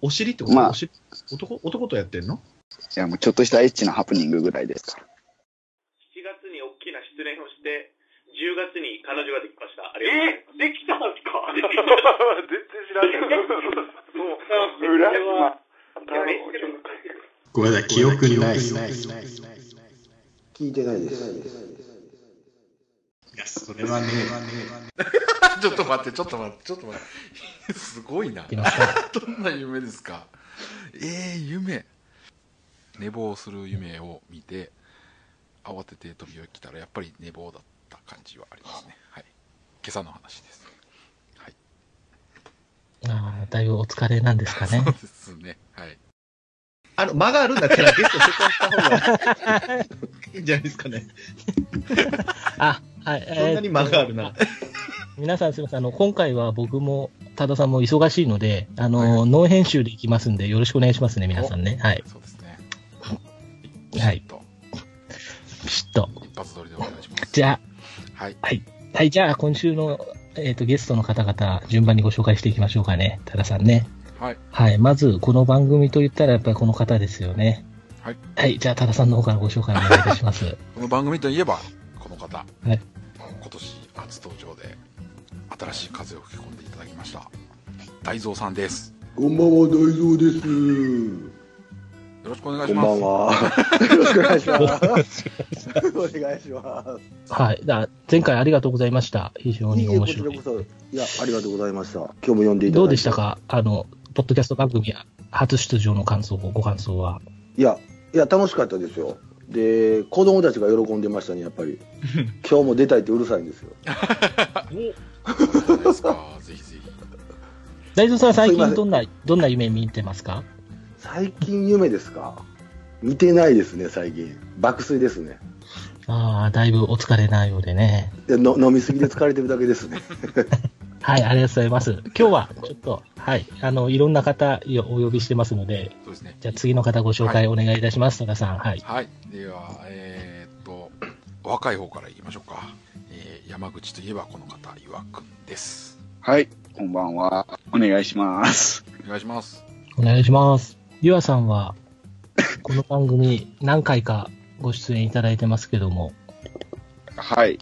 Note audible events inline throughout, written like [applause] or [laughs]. お尻ってこと、まあお尻男男とやってんのいや、もうちょっとしたエッチなハプニングぐらいですから。 7月に大きな失恋をして、10月に彼女ができました。ありがとうございます。えできたんですか [laughs] 全然知らない。もう、浦島いやめっちゃ昔ごめんなさい、記憶にないです。い聞いてないです。や、それはね、ちょっと待って、ちょっと待って、ちょっと待って。すごいな。きました。 [laughs] どんな夢ですかええ夢。寝坊する夢を見て、慌てて飛び起きたら、やっぱり寝坊だった感じはありますね。はい。今朝の話です。ああ、だいぶお疲れなんですかねそ。うですね。はい。あの、間があるんだったらゲスト結婚した方がいいんじゃないですかね。あ、はい。そんなに間があるな。皆さんすみません。あの、今回は僕も、多田さんも忙しいので、あの、はいはいノン編集でいきますんで、よろしくお願いしますね、皆さんね。はい。そうですね。はいきちっとピシッと。一発撮りでお願いします。じゃはい。あ、はい、じゃあ、今週の、えっ、と、ゲストの方々、順番にご紹介していきましょうかね。多田さんね。はい。はい。まず、この番組と言ったら、やっぱりこの方ですよね。はい。はい。じゃあ、多田さんの方からご紹介お願いいたします。この番組といえば、この方。はい今年初登場で、新しい風を吹き込んでいただきました。大蔵さんです。こんばんは、大蔵です。よろしくお願いこしんまばす。んは。よろしくお願いします。お願いします。はい。だ前回ありがとうございました。非常いにいえ、面こち白らいこ。そ。いや、ありがとうございました。今日も読んでいただいて。どうでしたかあの、ポッドキャスト番組初出場の感想を、ご感想は。いや、いや、楽しかったですよ。で、子供たちが喜んでましたね、やっぱり。今日も出たいってうるさいんですよ。そうですか。 [laughs] ぜひぜひ。大蔵さん、最すいませ近んどんな、どんな夢見てますか最近夢ですか見てないですね、最近。爆睡ですね。ああ、だいぶお疲れなようでね。での飲みすぎで疲れてるだけですね。はい、ありがとうございます。今日は、ちょっと、はい、あの、いろんな方お呼びしてますので、そうですね。じゃあ次の方ご紹介お願いいたします、多田さん。はい。はい。では、えーっと、お若い方からいきましょうか。えー山口といえばこの方、岩くんです。はい、こんばんは。お願いします。お願いします。お願いします。ゆあさんは、この番組何回かご出演いただいてますけども、はい。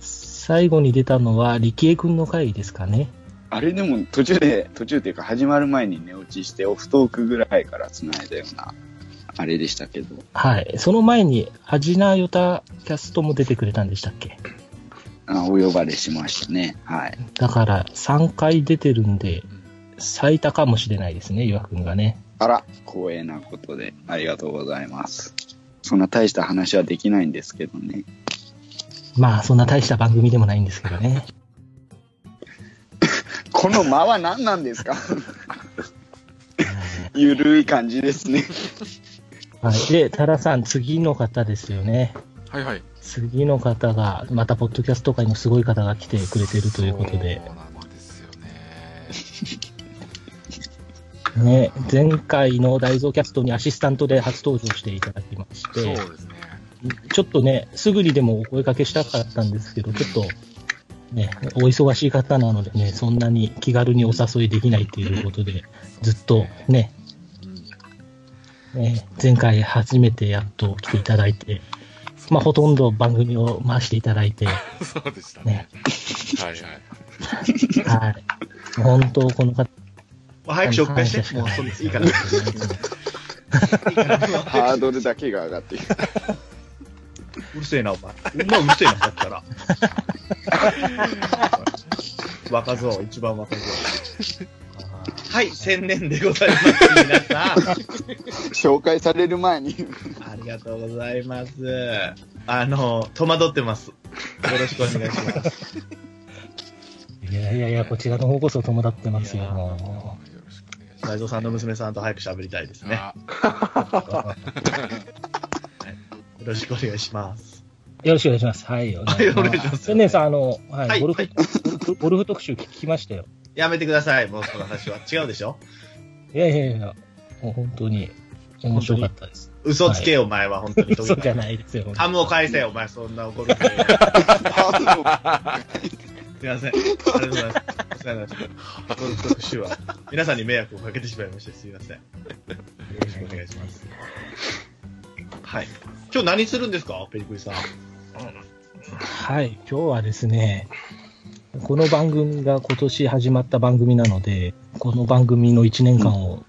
最後に出たのは、力恵くんの回ですかね。あれでも途中で、途中っていうか始まる前に寝落ちしてオフトークぐらいから繋いだような、あれでしたけど。はい。その前に、アジナヨタキャストも出てくれたんでしたっけあお呼ばれしましたね。はい。だから、3回出てるんで、最多かもしれないですね、ゆあくんがね。あら、光栄なことでありがとうございます。そんな大した話はできないんですけどね。まあ、そんな大した番組でもないんですけ [laughs] どね。この間は何なんですかゆるい感じですね。はい。で、タラさん、次の方ですよね。はいはい。次の方が、また、ポッドキャスト界のすごい方が来てくれてるということで、そうなんですよね。ね、前回の大蔵キャストにアシスタントで初登場していただきまして、そうですね。 [laughs] ちょっとね、すぐにでもお声掛けしたかったんですけど、ちょっと、ね、お忙しい方なのでね、そんなに気軽にお誘いできないということで、ずっとね、ね前回初めてやっと来ていただいて、まあ、ほとんど番組を回していただいて、そうでしたね。はいはい。はい。本当、この方もう早く紹介して。もうそれいいかな。ハードルだけが上がっていく。うるせえな、お前。お前うるせえな、さっきから。若造、一番若造。はい、千年でございます、皆さん。紹介される前に。ありがとうございます。あの、戸惑ってます。よろしくお願いします。いやいやいや、こちらの方こそ友達ってますよ。いやもよろしくお願いしま大蔵さんの娘さんと早く喋りたいですす。ね。あよろしくお願いします。うよろしくお願いします。はい。おはいお願いします千年さん、あの、ははいい、ゴルフ、はいゴルフ [laughs] ゴルフ特集聞きましたよ。やめてください、もうその話は。違うでしょいやいやいや、もう本当に面白かったです。嘘つけよ、お前は、本当に。そうじゃい。ないですよ。ハムを返せよ、お前、そんな怒るの。ハードルをすいません。ありがとうございます。お世話になりました。この特集は、皆さんに迷惑をかけてしまいました。すいません。よろしくお願いします。はい。今日何するんですかペリクリさん。はい、今日はですね、この番組が今年始まった番組なので、この番組の1年間を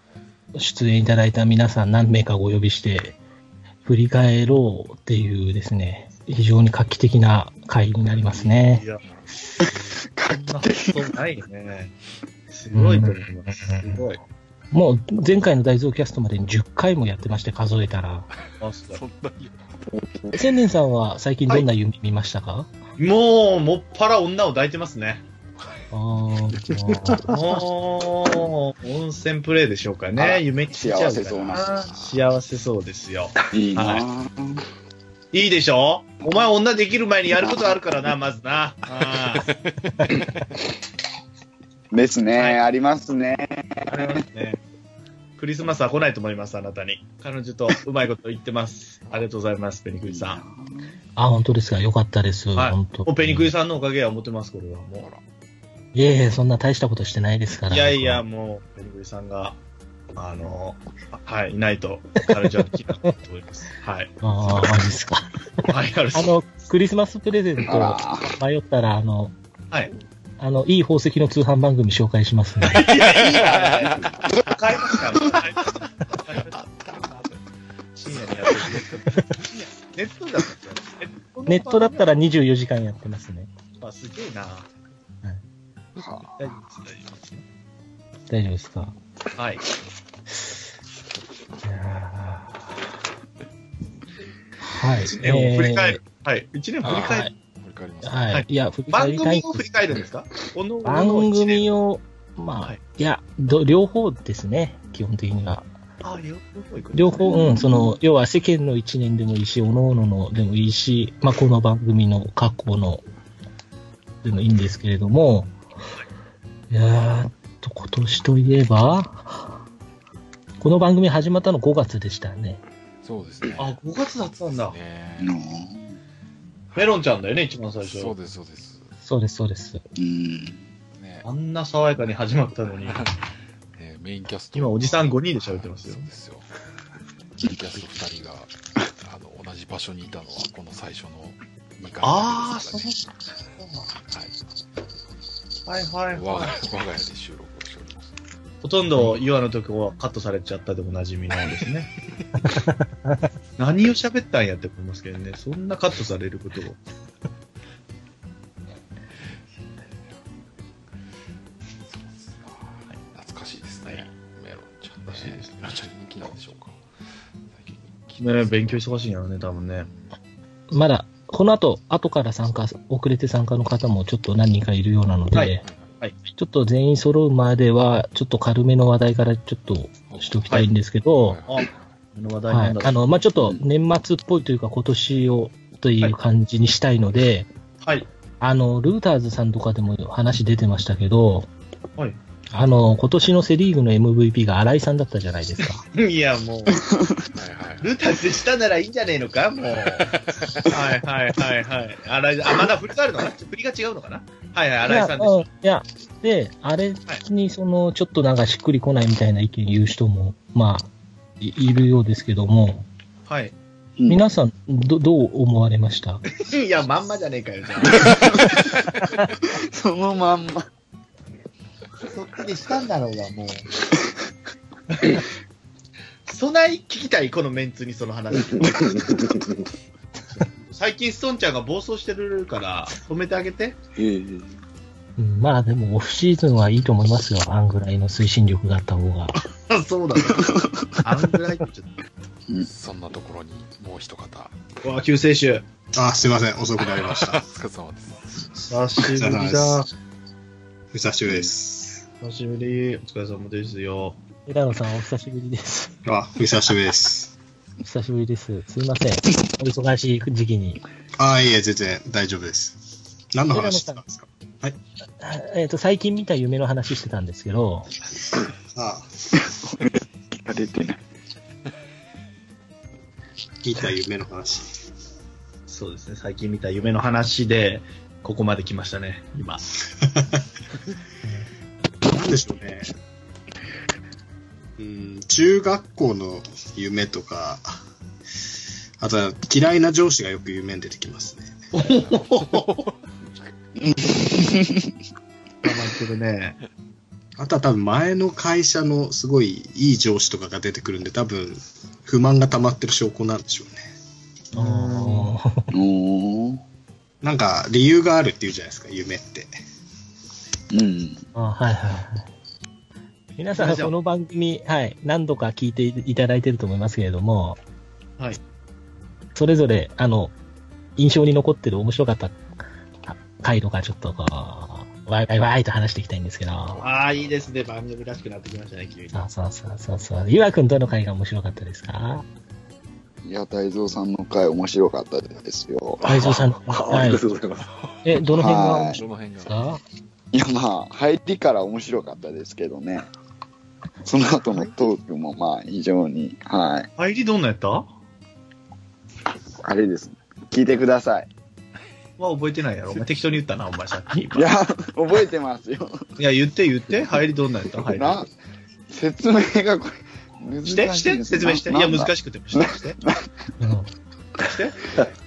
出演いただいた皆さん何名かお呼びして、振り返ろうっていうですね、非常に画期的な回になりますねい。や、画そ期んな的ことないね。すごいと思います。すごい。もう前回の大蔵キャストまでに10回もやってまして数えたら。マスターそんなに千年さんは最近どんな夢見ましたか、もう、もっぱら女を抱いてますね。あーもう、温泉プレイでしょうかあらね。夢にしちゃうから幸せそうな幸せそうですよ。いいなぁ、いいでしょお前女できる前にやることある [laughs] からな、まずな。ああ、ですね、はいありますね。ありますね。クリスマスは来ないと思います、あなたに。彼女とうまいこと言ってます。ありがとうございます、ペニクリさん。あ、本当ですか。よかったです。はい本当もうペニクリさんのおかげは思ってます、これはもいやいや、そんな大したことしてないですから。う。いやいや、。もう、ペニクリさんが、あの、はい、いないと、彼女はできなかったと思います。はい。ああ、マジですか。 [laughs] はい、あるあの、クリスマスプレゼンあトら、迷ったら、あの、はい。あの、いい宝石の通販番組紹介しま [laughs] すね。買いますから。買います深夜にやってる。ネットだったんですよネットだったら24時間やってますね。あ、すげえな。は大丈夫です、大丈夫です。大丈夫ですか。はい。いやーはい。年を振り返る。はい。一年を振り返る。振り返りまえすねーはい。はいい、や、振り返番りたい組を振り返るんですかこの番この一年組を、まあ、はいい、やど、両方ですね、基本的には。あ、両方行く。両方、うん、その、要は世間の一年でもいいし、おのののでもいいし、まあ、この番組の過去の、でもいいんですけれども、いやーっと、今年といえば、この番組始まったの5月でしたね。そうですね。あ、5月だったんだ。ねぁ。のメロンちゃんだよね、一番最初。そうです、そうです。そうです、そうです。うん。ねあんな爽やかに始まったのに。ねメインキャスト。今、おじさん5人で喋ってますよそう。ですよ。メインキャスト2人が、 [laughs] あの、同じ場所にいたのは、この最初の2回ああ、目でそすかねう。ははいい。はい我はがい。家我が家で収録をしております。ほとんど、ユアのとこはカットされちゃったでおなじみなんです [laughs] ね。何を喋ったんやって思いますけどね。そんなカットされることを。はい懐かしいですね。メロンちゃん、ね。懐かしいですねメロンちゃん人気なんでしょうか。最近人気ね勉強忙しいんやろね、多分ね。まだ、この後、後から参加、遅れて参加の方もちょっと何人かいるようなので、はいちょっと全員揃うまでは、ちょっと軽めの話題からちょっとしときたいんですけど、はいあの話題はなんいだ。。あの、まあ、ちょっと年末っぽいというか今年をという感じにしたいので、はい。あの、ルーターズさんとかでも話出てましたけど、はいあの、今年のセリーグの MVP が新井さんだったじゃないですか。い [laughs] や、もう、はいはいルタスしたならいいんじゃねえのかもう。はいはいはいはい。新井あ、まだ振り返るのかな振りが違うのかなはいはい、新井さんいやでうしんいや、で、あれにその、ちょっとなんかしっくりこないみたいな意見言う人も、まあ、いいるようですけども、た。はい。うん皆さん、ど、どう思われましたいや、まんまじゃねえかよ、じゃそのまんま。あ。そっくりしたんだろうが、も [laughs] う。そない聞きたい、このメンツにその [laughs] 話。最近、ストンちゃんが暴走してるから、止めてあげて。へえ。うんまあでも、オフシーズンはいいと思いますよ。あんぐらいの推進力があった方が。あそうだ、ね。あんぐらいってちょっそんなところにもう [laughs] 一方、と。うわ、救世主。あ、すいません。遅くなりましたお。疲れ様です。久しぶりお疲れ様だで。久しぶりです。久しぶり。お疲れ様ですよ。枝野さん、お久しぶりです。あ、久しぶりです。お久しぶりです。すいません。お忙しい時期に。あ、いえ、全然大丈夫です。何の話してたんですかえっ、と、最近見た夢の話してたんですけど、あ、聞かれてない。聞いた夢の話。そうですね、最近見た夢の話で、ここまで来ましたね、今。なんでしょうね。うん、中学校の夢とか、あとは嫌いな上司がよく夢に出てきますね。捕まってるね。あとは多分前の会社のすごいいい上司とかが出てくるんで、多分不満が溜まってる証拠なんでしょうね。あおー。なんか理由があるって言うじゃないですか、夢って。うん。あ、はいはいはい。皆さん、この番組、はい、何度か聞いていただいてると思いますけれども、はい。それぞれ、あの、印象に残ってる面白かった回とか、ちょっとこう、わいわいわいと話していきたいんですけど、あああ、いいですね。番組らしくなってきましたね、急に。そうそうそうそう。ゆわくんどの回が面白かったですかいや、大蔵さんの回面白かったですよ。大蔵さん。はありいが。とうございます。え、どの辺が面白どの辺いですが。かいや、まあ、入りから面白かったですけどね。その後のトークも、まあ、非常に、はい。入りどんなやったまあれですね。聞いてください。あ、覚えてない [laughs] やろ。お前適当に言ったな、お前さっき。いいや、覚えてますよ。や、言って言って。入りどんなやった入り。 [laughs] な説明がこれ、難しいんしですてよして説明して。いなや、なんだ難しくてもして。して。うんして。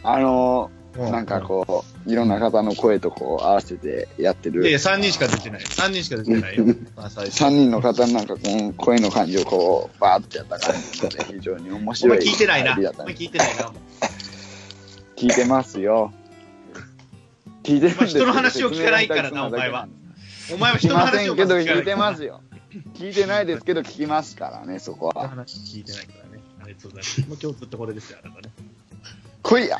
あのうー、 [laughs] なんかこう、いろんな方の声とこう合わせてやってる。いやいや、3人しか出てない。3人しか出て [laughs] ないよ。まあ、最初。 3人の方のなんかこの声の感じをこう、バーってやった感じなので、非常に面お白前い。聞いてないな。お聞前聞いてないな。お前いてますよ。聞いてるんですけどお前人の話を聞かないからなお前は。お前は聞き人のま話せをんけど、まず聞いかてらますよ。聞いてないですけど、聞きますからね、そこ人のは。話聞いてないからね。ありがとうございます。もう今日ずっとこれですよ、あ [laughs] なたね。来いや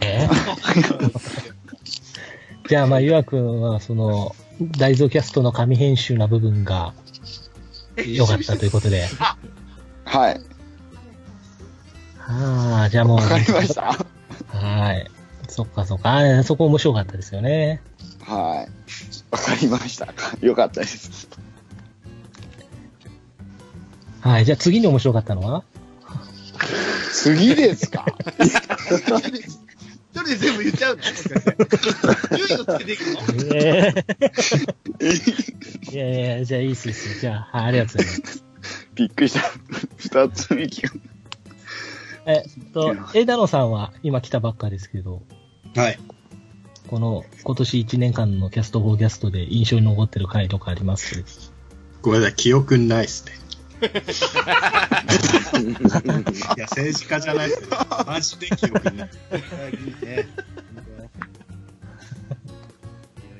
え [laughs] じゃあ、まあ、ゆわくんは、その、大蔵キャストの紙編集な部分が良かったということで。 [laughs] はい。はあ、じゃあもう、わかはりました。い。そっかそっか。あそこ面白かったですよね。はい。わかりました。よかった [laughs] です。はい。じゃあ次に面白かったのは次ですか一人で全部言っちゃうのもしかして。順位をつけていくのええ [laughs] いやいや、じゃあいいっすいいっす。じゃあ、はい、ありがとうございます。びっくりした。二つ目きえっと、枝野さんは今来たばっかですけど、はい。この今年1年間のキャスト4キャストで印象に残ってる回とかありますごめんなさい、記憶にない [laughs] ですね。いや、政治家じゃないですね。マジで記憶にない。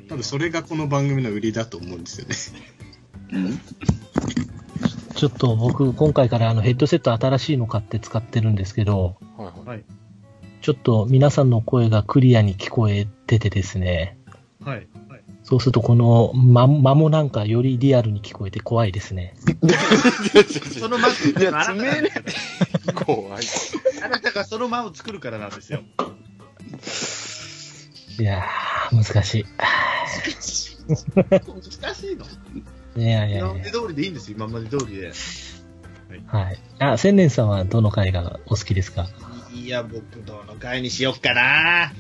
多分それがこの番組の売りだと思うんですよね。ちょっと僕、今回からあのヘッドセット新しいの買って使ってるんですけど、はいはい。ちょっと皆さんの声がクリアに聞こえててですね、はい。はい。そうするとこの間間もなんかよりリアルに聞こえて怖いですね。その間作いやるのあなたなんですよ怖い。あなたがその間を作るからなんですよ。いやー、難し難しいのい。いやいや今いやまで。通りでいいんですよ、今まで通りで。はい。あ、千年さんはどの回がお好きですかいいや、僕、どの回にしよっかな。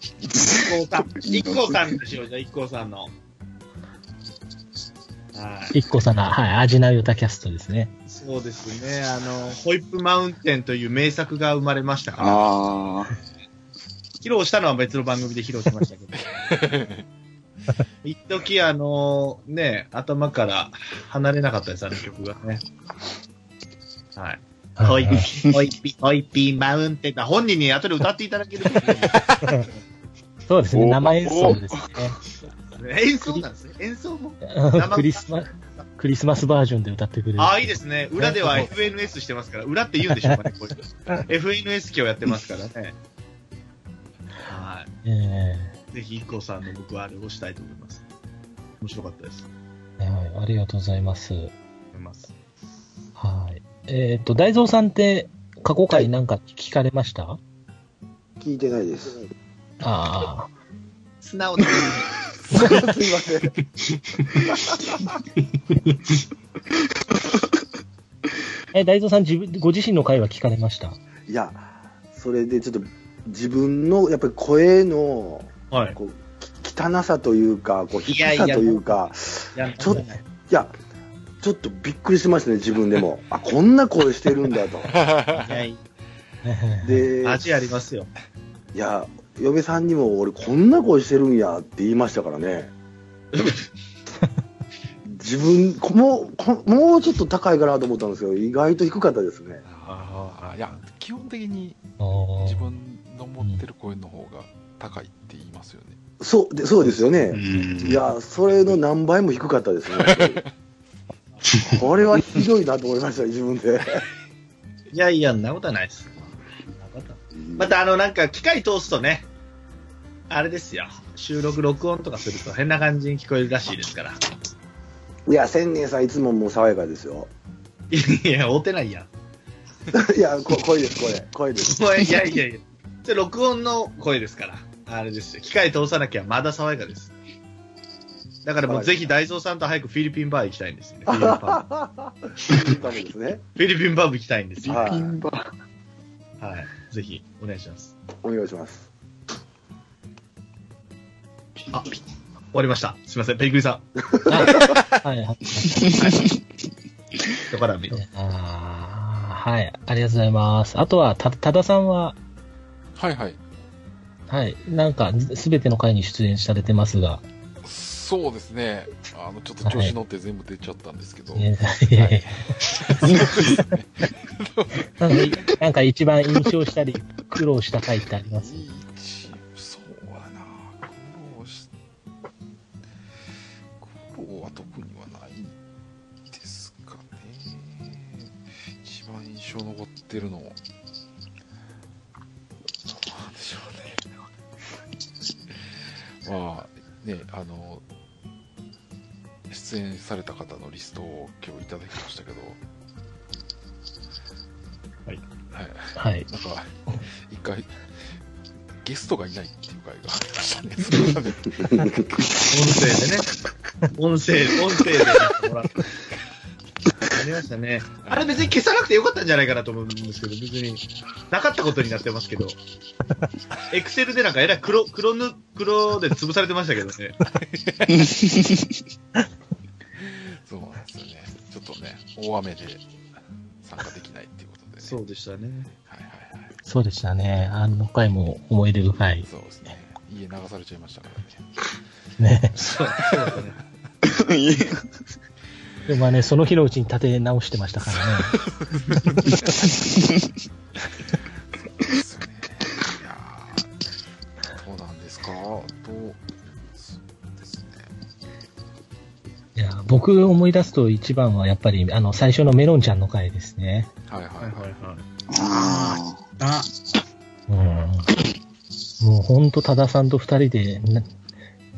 一光さん、一光さんにしよう、じゃあ、一光さんの。はい。一個さんが、はい、アジナヨタキャストですね。そうですね、あの、ホイップマウンテンという名作が生まれましたから、あ披露したのは別の番組で披露しましたけど。一時あの、ね、頭から離れなかったです、あの曲がね。はい。ホイはいピ、ホイピ、ホイピ、マウンテンだ。本人に後で歌っていただけるというそうですね、お生演奏ですね。演奏なんですね。演奏も。うんクリスマス、クリスマスバージョンで歌ってくれる。ああ、いいですね。裏では FNS してますから、裏って言うんでしょうかね、こういうの FNS 今日やってますからね。はええい。ぜひ、i k さんの僕はあれをしたいと思います。面白かったです。思はいありがとうございます。います。はい。えっ、と、大蔵さんって過去回なんか聞かれました、聞いてないです。すいあ素直な。ません。あ。え、大蔵さん自分、ご自身の回は聞かれましたいや、それでちょっと自分のやっぱり声のはい。こうき汚さというか、こう低いやいさやというか、やちょっといや、ちょっとびっくりしましたね、自分でも。あ、こんな声してるんだと。 [laughs] いやいで、や味ありますよ。いや、嫁さんにも俺こんな声してるんやって言いましたから [laughs] ね。自分こもうこもうちょっと高いかなと思ったんですけど、意外と低かったですね。あーいや基本的におー自分の持ってる声の方が高いって言いますよね、そうでそうですようね。んいや、それの何倍も低かったですね。 [laughs] これはひどいなと思いました、自分で。いやいや、んなことはないです。また、あの、なんか、機械通すとね、あれですよ。収録、録音とかすると変な感じに聞こえるらしいですから。いや、千年さんいつももう爽やかですよ。いや、合うてないやん。 [laughs] いや、こ声です、声。声です。おいいやいやいや。それ録音の声ですから。あれですよ。機械通さなきゃまだ爽やかです。だからもうぜひダイソーさんと早くフィリピンバー行きたいんですよね。フィリピンバいいかもですね。ーフィリピンバー行きたいんですよ。ははい。い。ぜひお願いします。お願いします。あ、終わりました。すいません。ペリクリさん。はいはい。だから見ろあーはい。ありがとうございます。あとは、た、多田さんは、はいはいはい。なんか、すべての回に出演されてますが、そうですねあのちょっと調子乗って全部出ちゃったんですけど、いやいやいや [laughs] なんかなんか一番印象したり、苦労した回ってあります一そうやな苦労し苦労は特にはないですかね一番印象残ってるのどうなんでしょうねまあねあの出演された方のリストを今日いただきましたけどはい、はいはい。なんか、一回、ゲストがいないっていう回がありましたね。それがね音声でね。音声、音声でねほら。ありましたね。あれ別に消さなくてよかったんじゃないかなと思うんですけど、別になかったことになってますけど。エクセルでなんかえらい黒、黒ぬ、黒で潰されてましたけどね。そうなんですよね。ちょっとね、大雨で参加できないっていうことでね。そうでしたね。はいはいはい。そうでしたね。あの回も思い出深い。そうですね。家流されちゃいましたからね。 [laughs] ね。そう、そうだね。でもまあね、その日のうちに立て直してましたからね。ですよね。いやーどうなんですかどうそうですね。 [laughs] いや、僕思い出すと一番はやっぱり、あの、最初のメロンちゃんの回ですね。はいはいははいい。はいはい。ああ。あ、うん。もうほんと多田さんと二人で、な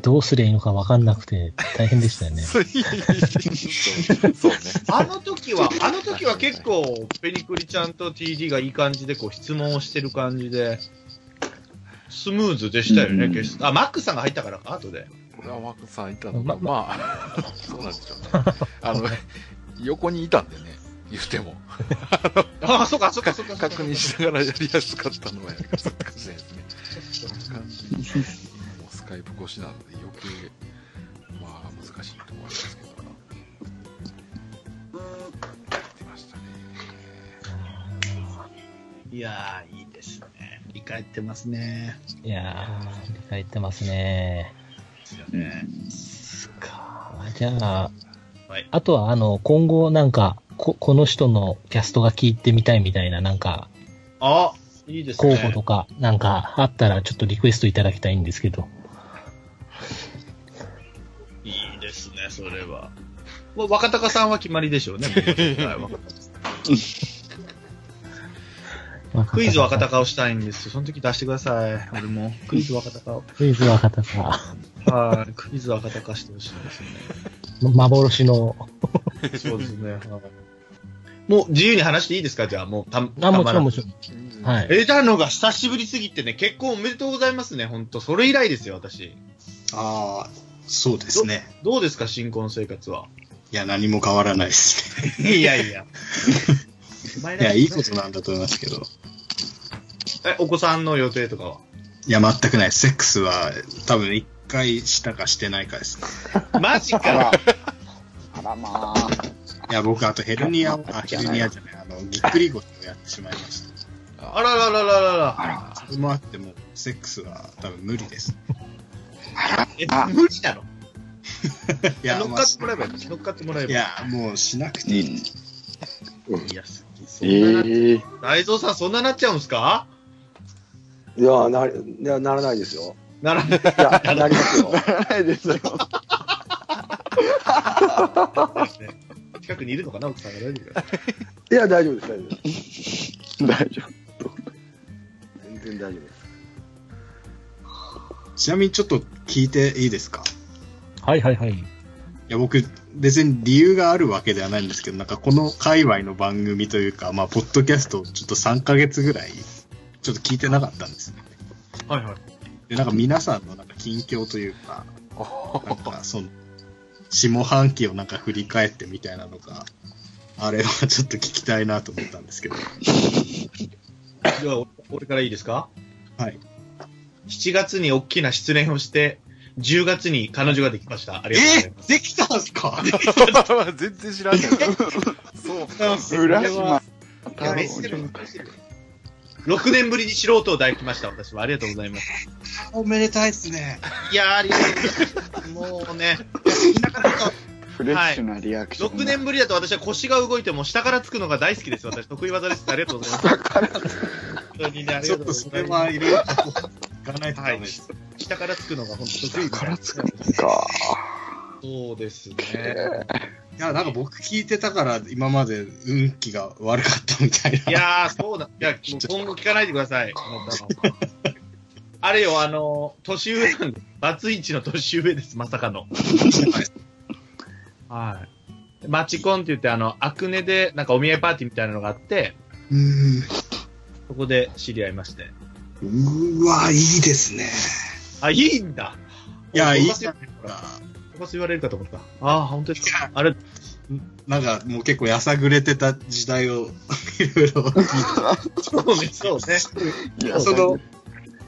どうすりゃいいのかわかんなくて大変でしたよね。そうそうね。あの時は、あの時は結構、ペニクリちゃんと TD がいい感じでこう質問をしてる感じで、スムーズでしたよね、うん決して。あ、マックさんが入ったからか、後で。これはマークさんいたのか、ままあ、 [laughs] そうなんでしょうね。あの、横にいたんでね、言っても。ああ、そうか、そうか、かそうか。確認しながらやりやすかったのはやりやすかったかもしれないですね。そんな感じもうスカイプ越しなんで余計、まあ難しいところですけど。やってましたね。いやー、いいですね。振り返ってますね。 [laughs] いやー、振り返ってますね。うん。かじゃあ、はいあとはあの、今後なんか、ここの人のキャストが聞いてみたいみたいな、なんか、あ、いいです候補ねと。か、なんかあったらちょっとリクエストいただきたいんですけど。いいですね、それは。もう若隆さんは決まりでしょうね。もう絶対 [laughs] 若隆さんクイズ若隆をしたいんですよ。その時出してください。俺も。クイズ若隆を。クイズ若隆か。はい。クイズ若隆してほしいですね。幻の、そうですね。はいもう自由に話していいですかじゃあ、もうた、たあ、もまちろらんんもちろん。はい。枝野が久しぶりすぎてね、結婚おめでとうございますね、本当それ以来ですよ、私。あーそうですね。どうですか、新婚生活は。いや、何も変わらないですね。いやいや。 [laughs] いや、いいことなんだと思いますけど。え、お子さんの予定とかはいや、全くない。セックスは、多分一回したかしてないかですね。マジか。あらまあ。いや、僕、あとヘルニアを、あ、ヘルニアじゃない、あの、ぎっくり腰をやってしまいました。あらららららら。あら。それもあってもう、セックスは多分無理です。えあ、無理なのいや、乗っまかってもらえばいい。乗っかってもらえあ、ばいや、もうしなくうていい。ん。いや、すええ内蔵さん、そんななっちゃうんすかいやな、いやならないですよ。ならない。いや、なりますよ。ないですよ。近くにいるのかな、奥さんが大丈夫かいや、大丈夫です、大丈夫です。大丈全然大丈夫です。ちなみにちょっと聞いていいですかはいはいはい。いや、僕、別に理由があるわけではないんですけど、なんかこの界隈の番組というか、まあ、ポッドキャストをちょっと3ヶ月ぐらい、ちょっと聞いてなかったんですね。な。はいはい。で、なんか皆さんのなんか近況というか、なんかその、下半期をなんか振り返ってみたいなのが、あれはちょっと聞きたいなと思ったんですけど、では、俺俺からいいですかはい。 7月に大きな失恋をして、10月に彼女ができました。ありがとうございます。できたんすか全然知らんけど。そうか。夫。浦島いや太メッセージ郎。 6年ぶりに素人を抱きました、私は。ありがとうございます。おめでたいっすね。いやー、ありがとうございます。もうね、いやなかなかフレッシュなリアクション。 6年ぶりだと私は腰が動いても下からつくのが大好きです。私、得意技です。ありがとうございます。本当にね、ありちょがっとうごとそざれいまはす。いろいろといかないとはダメいです。、下からつくのが本当得意下からつくのか。そうですね。いや、なんか僕聞いてたから、今まで運気が悪かったみたいな。いやー、そうだ。いや、もう今後聞かないでください。あなたのあれよ、あの、年上なんです。バツイチの年上です、まさかの。はい。マチコンって言って、あの、アクネで、なんかお見合いパーティーみたいなのがあって、うーん。そこで知り合いまして。うーわ、いいですね。あ、いいんだ。いやおいいおかしおかし言われるかと思った。ああ、本当ですか。あれ、なんかもう結構やさぐれてた時代を [laughs] いろいろそうね、そうね。いや、その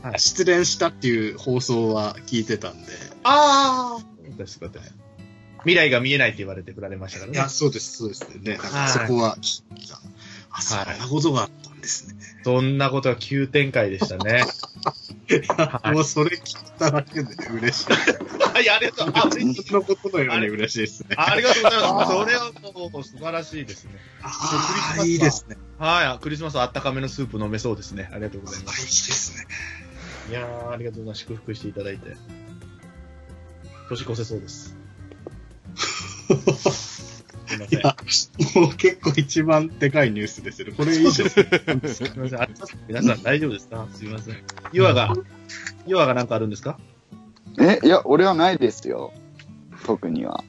はい失恋したっていう放送は聞いてたんで。ああ。そうですそうです未来が見えないって言われてくられましたからいね。や、そうです、そうですね。なんはかいそこは聞いた。あ、そはいんなことがあったんですね。そんなことは急展開でしたね。はいもうそれ聞いただけで嬉しい。 [laughs] はい、ありがとう。 [laughs] あ、嬉しい。そんなことのように嬉しいですね。ありがとうございます。それはもう素晴らしいですね。あクリスマスはいいですね。はい、クリスマスはあったかめのスープ飲めそうですね。ありがとうございあまいいす。ですね。いやー、ありがとうございます。祝福していただいて。年越せそうです。 [laughs] すいません。もう結構一番でかいニュースですよね。これいいですね。すみません。あります皆さん大丈夫ですかすみません。ユアが、ユアがなんかあるんですかえ、いや、俺はないですよ。特には。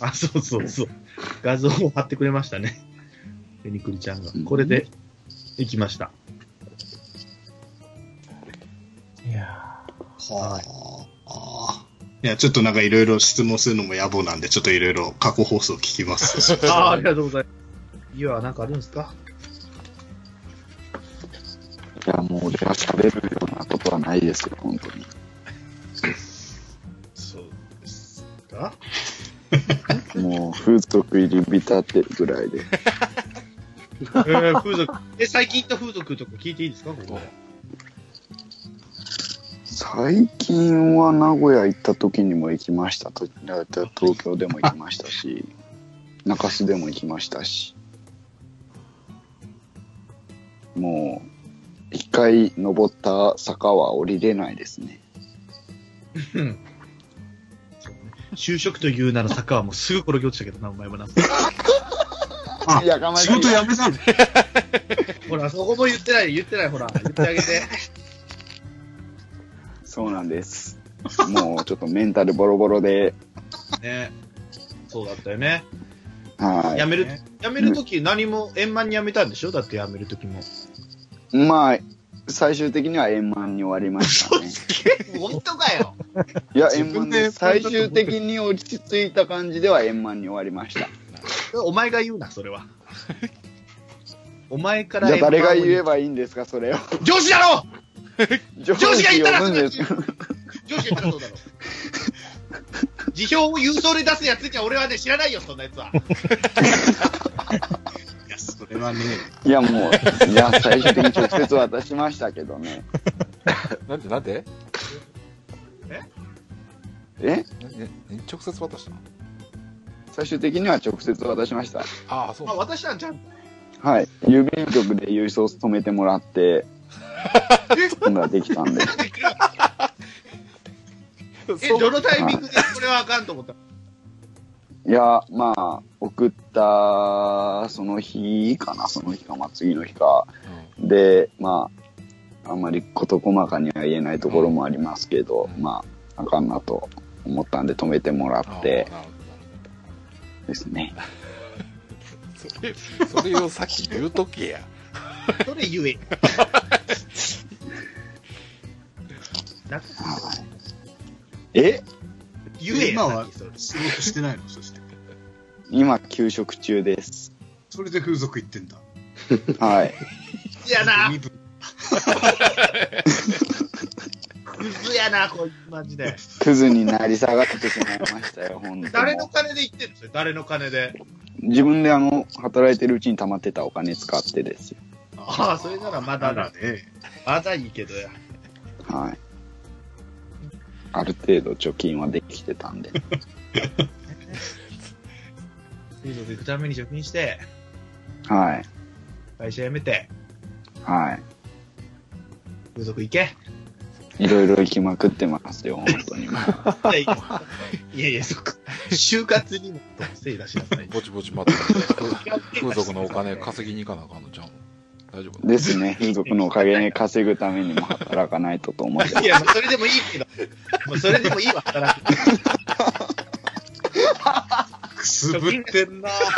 あ、そうそうそう。画像を貼ってくれましたね。ペニクリちゃんが。これで、行きました。いやはあ。いや、ちょっとなんかいろいろ質問するのも野暮なんで、ちょっといろいろ過去放送聞きます。ああ、ありがとうございます。ユアはなんかあるんですかいや、もう俺は喋るようなことはないですよ、本当に。そうですかもう風俗入り浸ってるぐらいで。えー、風俗。え、最近行った風俗とか聞いていいですかここ最近は名古屋行った時にも行きました。とだ東京でも行きましたし、中洲でも行きましたし。もう、一回登った坂は降りれないですね。うんそうね就職という名の坂はもうすぐ転げ落ちたけどな、お前もな。[laughs] あやかましい仕事辞めたのほら、そこも言ってない、言ってない、ほら。言ってあげて。そうなんです。もうちょっとメンタルボロボロで、 [laughs] ね。そうだったよね。はい。辞める、辞めるとき何も円満に辞めたんでしょだって辞めるときも。まあ、最終的には円満に終わりましたね。本当かよ。いや、自円満分でで、最終的に落ち着いた感じでは円満に終わりました。お前が言うな、それは。お前からじゃあ誰が言えばばいいんですか、それを。上司だろ上司が言ったら呼ぶんですか上司が言ったらそうだろう。辞表を郵送で出すやつじゃ俺はね、知らないよ、そんなやつは。いや、それ [laughs] はね、いや、もう、いや、最終的に直接渡しましたけどね。なんでなんでえななな直接渡したの最終的には直接渡しました。ああ、そうまなあ、んだ。私なんじゃん。はい。郵便局で郵送止めてもらって、今度はできたんで。え、どのタイミングでこれはあかんと思ったいや、まあ、送った、その日かな、その日か、まあ、次の日か。で、まあ、あんまり事細かには言えないところもありますけど、うんまあ、あかんなと思ったんで止めてもらああってなるほどなるですね。ほどそれをさっき言うとけや。それゆえ。なえゆえ今や、はさっきそれ仕事してないのそして。今、休職中です。それで風俗行ってんだ。はい。クズやな、身分クズやな、こいつマジで。クズになり下がってしまいました [laughs] よ、本当誰のに。金で言ってるんですよ、誰の金で。自分であの、働いてるうちに溜まってたお金使ってですよ。ああ、それならまだなだら。ね、まだいいけどや。はい。ある程度貯金はできてたんで。風俗行くために貯金して、はい。会社辞めて、は風俗行け。い。いろいろ行きまくってますよ、本当に。いやいやいや、そっか。就活にもせい出しなさい。ぼちぼち待ってる。風俗のお金稼ぎに行かなあかんのじゃん。大丈夫なのですね。風俗のおかげで稼ぐためにも働かないとと思って。いや、まあそれでもいいけど、もうそれでもいいわ、働く。くすぶってんな。本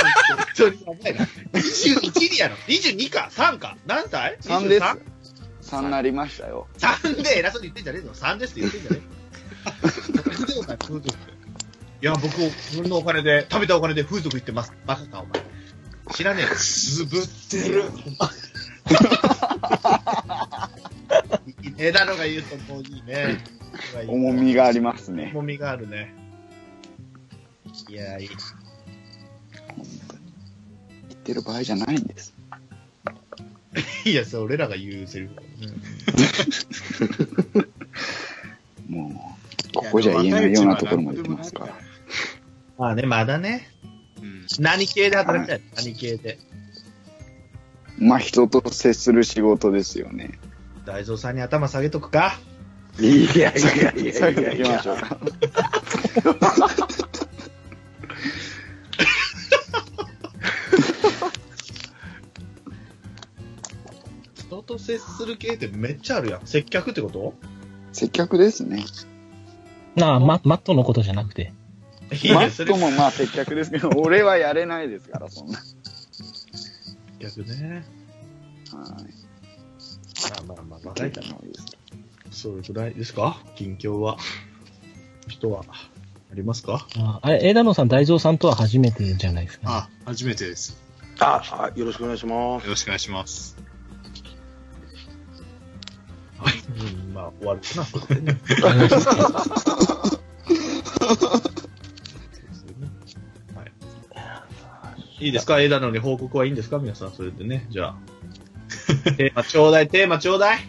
当にやばいな。21にやろ。22か、3か。何歳3です 23?。 3なりましたよ。 3で偉そうに言ってんじゃねえぞ。3ですって言ってんじ [laughs] ゃねえぞでもさ風俗いや、僕、自分のお金で、食べたお金で風俗行ってます。バカか、お前。知らねえよくすぶって [laughs] る。いいね。だのが言うと、もういいね。重みがありますね。重みがあるね。いや、いい。本当に言ってる場合じゃないんです。いや、それ俺らが言うセリフだ、うんもう、ここじゃ言えないようなところも行きますから。まあね、まだね。うん。何系で働きたい、何系で。まあ、人と接する仕事ですよね。大蔵さんに頭下げとくかいやいやいやいやい行きまやしょうか。人と接する系ってめっちゃあるやん。接客ってこと接客ですね。なあ、ママットのことじゃなくて。いマや、そッれトもまあ接客ですけど、 [laughs] 俺はやれないですから、そんな。接客ね。はい。まあまあまあ、若いから。それぐらいですか近況は。人は、ありますかああれ、枝野さん、大蔵さんとは初めてじゃないですか。あ、初めてです。ああよろしくお願いしますよろしくお願いします。はい。うん、まあ、終わるかな。そう [laughs] ですねはい。いいですか枝野に報告はいいんですか皆さん、それでね。じゃあ。 [laughs] テーマちょうだい、テーマちょうだい。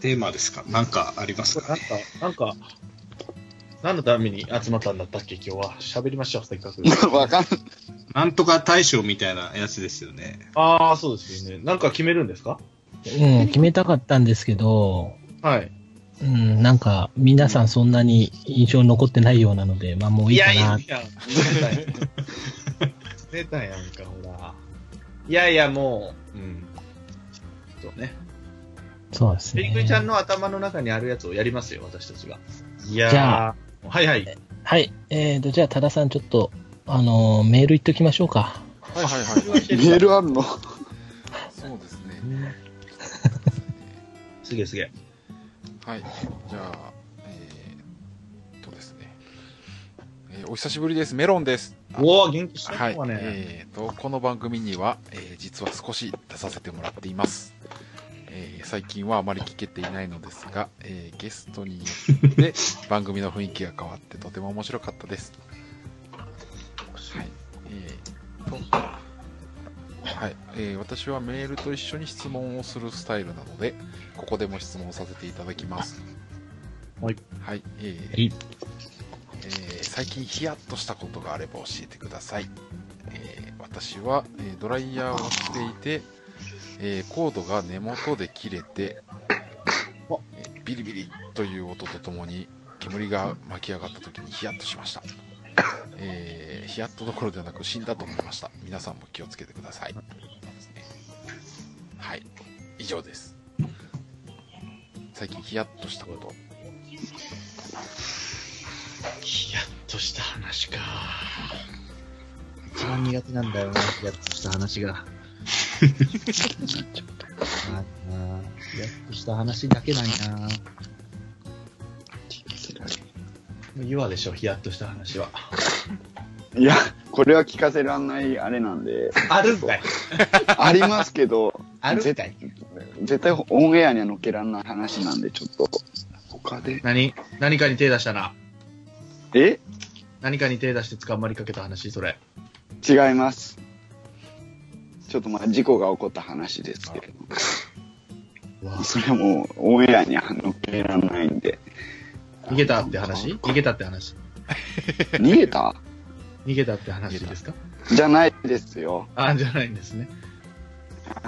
テーマですかなんかありまこすれかなんねか、なんか、何のために集まったんだったっけ今日は。喋りましょう、せっかく。わかんない。なんとか大賞みたいなやつですよね。ああ、そうですよね。なんか決めるんですかうん、決めたかったんですけど、はい。うん、なんか、皆さんそんなに印象に残ってないようなので、まあもういいかな。いや。出たやんか、ほら。いやいや、もう、うん。そうね。そうですペねリ。クリちゃんの頭の中にあるやつをやりますよ、私たちが。いやーじゃはいはい。はい。えーと、じゃあ、多田さん、ちょっと、あのーメール言っときましょうか。はいはいはい。メールあるのそうですね。すげえすげえ。はい、じゃあ、えー、とですね、えーお久しぶりです、メロンです。おお元気してはいるわ、ね。えーと、この番組には、えー実は少し出させてもらっています。えー最近はあまり聞けていないのですが、えーゲストによ [laughs] って番組の雰囲気が変わってとても面白かったです。はい。えーと、はい、えー私はメールと一緒に質問をするスタイルなので、ここでも質問させていただきます。はい。はい、えーはいえー最近ヒヤッとしたことがあれば教えてください。えー私は、えードライヤーをしていて、えーコードが根元で切れて、えービリビリという音とともに煙が巻き上がった時にヒヤッとしました。えーヒヤッとどころではなく死んだと思いました。皆さんも気をつけてください。はい、以上です。最近ヒヤッとしたこと。ヒヤッとした話か。一番苦手なんだよな、ヒヤッとした話が。あーなーヒヤッとした話だけなんやな。言わでしょ、ヒヤッとした話は。いや、これは聞かせらんないあれなんで、あるんかい。ありますけど、あるん絶かい。絶対オンエアには載っけらんない話なんで、ちょっと、他で。何何かに手出したな。え何かに手出して捕まりかけた話、それ。違います。ちょっとまあ事故が起こった話ですけど、それはもうオンエアには載っけらんないんで。逃げたって話逃げたって話逃げた逃げたって話ですかじゃないですよ。あ、じゃないんですね。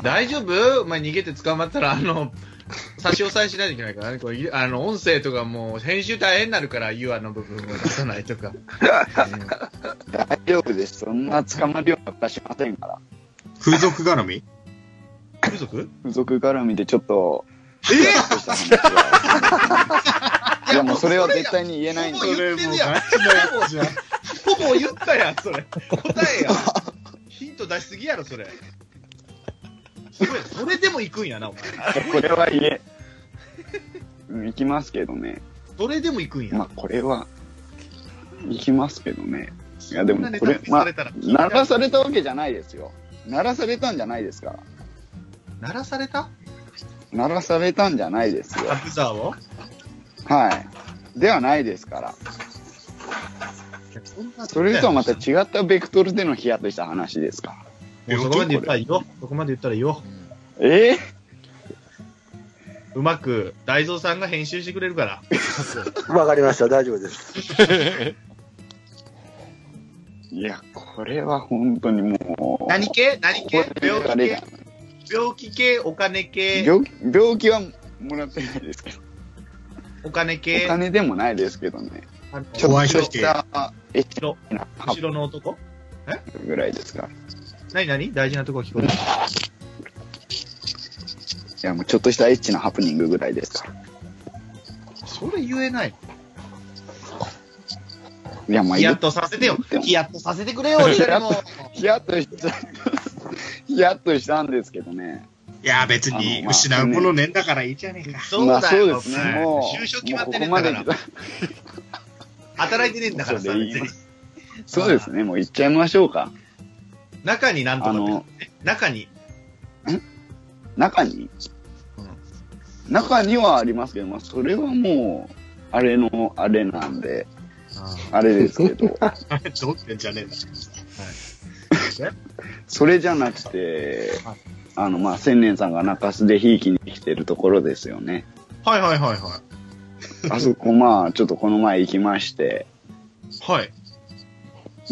大丈夫お前逃げて捕まったら、あの、差し押さえしないといけないからね。これいあの、音声とかもう、編集大変になるから、ユアの部分を出さないとか。大丈夫です。そんな捕まるようなことはしませんから。風俗絡み [laughs] 風俗付属絡みでちょっと、え [laughs] いやもうそれは絶対に [laughs] 言えないんそで、れもうガチのやつじゃん。ほぼ言ったやん、それ。答えや。 [laughs] ヒント出しすぎやろ、それ。すごいなそれでも行くんやな、お前。これは言え。うん行きますけどね。それでも行くんや。まあこれは、行きますけどね。いやでそんなもネこタれ見、まさあれ、たら、鳴らされたわけじゃないですよ。鳴らされたんじゃないですから。鳴らされた鳴らされたんじゃないですよア。クザーをはい。ではないですから。それとはまたも違ったベクトルでのヒヤッとした話ですから。うそこまで言ったらいいよ。そこまで言ったらいいよ。えうまく、大蔵さんが編集してくれるから。わかりました。大丈夫です。ーいや、これは本当にもう。何系何系これ病あ気れ系だ病気系お金系病病気はもらってないですけど、お金お系金でもないですけどね、あのちょ怖いっ人としたエッ後チろなハ後ろの男プぐらいですから、い何何大事なとこ聞こえた。やもうちょっとしたエッチなハプニングぐらいですから、それ言えない。いや、まあ、ヒいヤッるとさせてよ。ヒヤッとさせてくれよ、ヒ俺ヤらッも。とヒヤッとした、ヒヤッとしたんですけどね、いや、別に失うものねえんだからいいじゃねえか。そうまあだそうよ、ですね、もう、就職決まってねえんもうだここまでから。働いてねえんだ [laughs] からさそうで言いま、そうですね、もう行っちゃいましょうか、中になんとかあのって中に。中に、中にはありますけど、まあ、それはもう、あれのあれなんで、あれですけど。 [laughs] どうってんじゃねえんだ。それじゃなくて、あの、まあ、千年さんが中洲でひいきに来てるところですよね。はいはいはいはあそこ、まあ、ちょっとこの前行きまして、い。はい。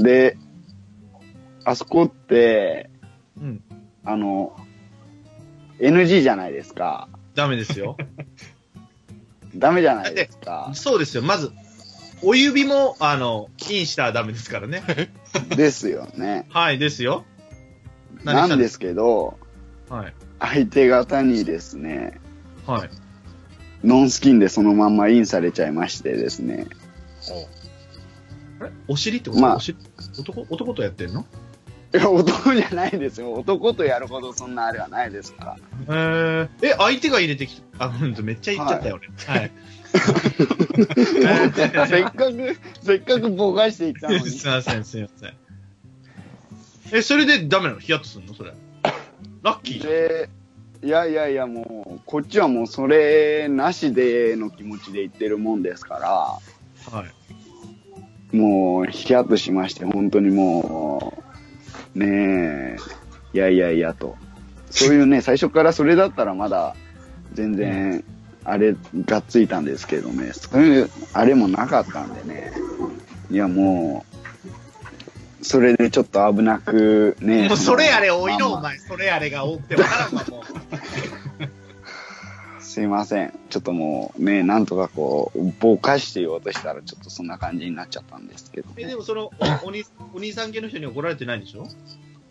で、あそこって、うん。あの、NG じゃないですか。ダメですよ。ダメじゃないですか。そうですよ。まず、お指も、あの、インしたらダメですからね。ですよね。はい、ですよ。なしたんですけど、はい。相手方にですね、はい。ノンスキンでそのまんまインされちゃいましてですね。あれお尻ってこと、まあお尻男男とやってんのいや、男じゃないですよ。男とやるほどそんなあれはないですから。えー、え、相手が入れてきた。あ、ほんと、めっちゃ言っちゃったよ、俺。はい。えーせっかく、せっかくぼかしていったのに。 [laughs] すいません、すいません。え、それでダメなのヒヤッとするのそれ。ラッキーじゃん。で、いやいやいや、もこっちはもうそれなしでの気持ちで言ってるもんですから、もうヒヤッとしまして、本当にもう、ねえ、いやいやいやと。そうい [laughs] うね、最初からそれだったらまだ全然、あれがっついたんですけどね、そういうあれもなかったんでね、いやもう、それでちょっと危なくね、もうそれやれその多いの、お前。それやれが多くて分からんわ、もう。すいません。ちょっともうね、なんとかこう、ぼかして言おうとしたら、ちょっとそんな感じになっちゃったんですけど、え、でもその、おお兄お兄さん系の人に怒られてないんでしょ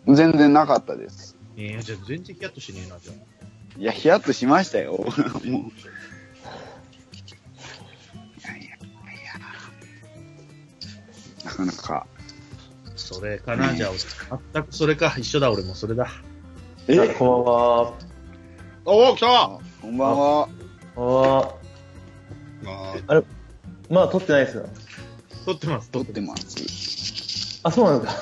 全然なかったです。えー、じゃあ全然ヒヤッとしねえな、じゃあ。いや、ヒヤッとしましたよ。も [laughs] う。いやいやいやなかなか。それかな、じゃあ、全くそれか、一緒だ、俺もそれだ。えこんばんは。おお、来たこんばんは。あああれ、まだ撮ってないですよ。撮ってます、撮ってます。あ、そうなんだ。